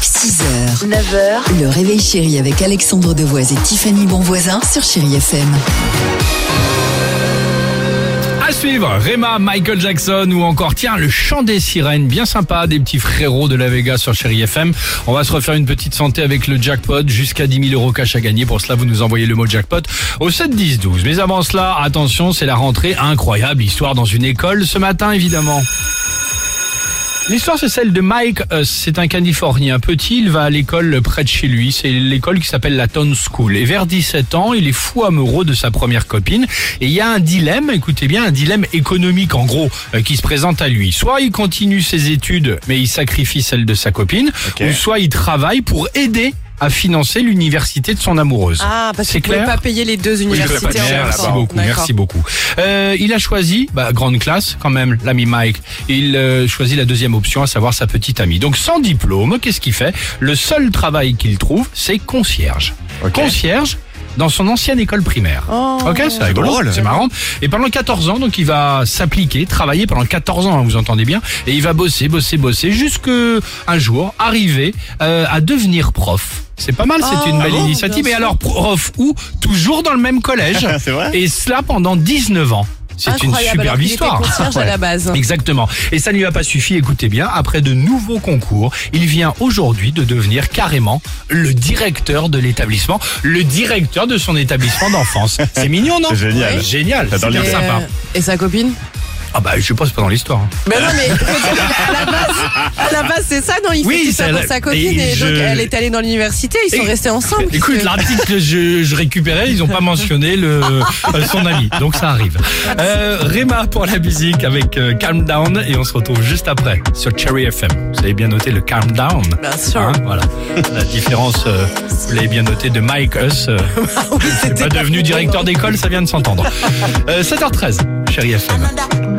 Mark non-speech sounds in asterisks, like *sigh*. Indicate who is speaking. Speaker 1: 6h, 9h, le réveil chéri avec Alexandre Devoise et Tiffany Bonvoisin sur Chérie FM.
Speaker 2: À suivre, Rema, Michael Jackson ou encore, tiens, le chant des sirènes, bien sympa, des petits frérots de la Vega sur Chéri FM. On va se refaire une petite santé avec le jackpot, jusqu'à 10 000 euros cash à gagner. Pour cela, vous nous envoyez le mot jackpot au 7 10 12. Mais avant cela, attention, c'est la rentrée incroyable, histoire dans une école ce matin, évidemment. L'histoire, c'est celle de Mike. Huss. C'est un Californien petit. Il va à l'école près de chez lui. C'est l'école qui s'appelle la Town School. Et vers 17 ans, il est fou amoureux de sa première copine. Et il y a un dilemme, écoutez bien, un dilemme économique, en gros, euh, qui se présente à lui. Soit il continue ses études, mais il sacrifie celle de sa copine. Ou soit il travaille pour aider à financer l'université de son amoureuse.
Speaker 3: Ah, parce
Speaker 2: C'est
Speaker 3: qu'il ne pouvait
Speaker 2: clair
Speaker 3: pas payer les deux
Speaker 2: Oui, je le
Speaker 3: universités
Speaker 2: répète.
Speaker 3: en même
Speaker 2: Merci
Speaker 3: temps.
Speaker 2: beaucoup,
Speaker 3: D'accord.
Speaker 2: merci beaucoup. Euh, il a choisi, bah, grande classe quand même, l'ami Mike. Il euh, choisit la deuxième option, à savoir sa petite amie. Donc sans diplôme, qu'est-ce qu'il fait Le seul travail qu'il trouve, c'est concierge. Concierge dans son ancienne école primaire. ok, c'est rigolo, c'est marrant. Et pendant 14 ans, donc il va s'appliquer, travailler pendant 14 ans, hein, vous entendez bien, et il va bosser, bosser, bosser, jusqu'à un jour arriver euh, à devenir prof. C'est pas mal, c'est une belle
Speaker 3: bon
Speaker 2: initiative.
Speaker 3: Ah, Bien
Speaker 2: Mais
Speaker 3: sûr.
Speaker 2: alors, prof où Toujours dans le même
Speaker 3: *laughs*
Speaker 2: collège.
Speaker 4: C'est vrai
Speaker 2: Et cela pendant 19 ans. C'est une
Speaker 3: Incroyable, alors
Speaker 2: superbe
Speaker 3: qu'il était
Speaker 2: histoire.
Speaker 3: concierge
Speaker 2: *laughs*
Speaker 3: à la base.
Speaker 2: Exactement. Et ça ne lui a pas suffi, écoutez bien, après de nouveaux concours, il vient aujourd'hui de devenir carrément le directeur de l'établissement, le directeur de son établissement
Speaker 3: *laughs*
Speaker 2: d'enfance. C'est mignon, non
Speaker 4: C'est génial.
Speaker 2: Génial, c'est
Speaker 4: J'adore
Speaker 2: bien
Speaker 4: l'idée.
Speaker 2: sympa.
Speaker 3: euh, et sa copine
Speaker 2: Ah bah je pense pas dans l'histoire. hein.
Speaker 3: Mais non, *laughs* mais à la base, à la base, c'est ça, non Il
Speaker 2: Oui,
Speaker 3: fait tout
Speaker 2: c'est
Speaker 3: ça pour
Speaker 2: la-
Speaker 3: sa copine
Speaker 2: et
Speaker 3: et, donc
Speaker 2: je-
Speaker 3: elle est allée dans l'université, ils sont
Speaker 2: Et-
Speaker 3: restés ensemble.
Speaker 2: Écoute,
Speaker 3: puisque-
Speaker 2: l'article que je, je récupérais, ils n'ont pas mentionné le, euh, son ami, donc ça arrive. Euh, Réma pour la musique avec euh, Calm Down et on se retrouve juste après sur Cherry FM. Vous avez bien noté le Calm Down
Speaker 3: Bien sûr.
Speaker 2: Hein, voilà. La différence, euh, vous l'avez bien noté, de Mike Huss.
Speaker 3: *laughs*
Speaker 2: euh,
Speaker 3: Ah
Speaker 2: c'est pas devenu directeur d'école, ça vient de s'entendre. Euh, 7h13, Chérie FM.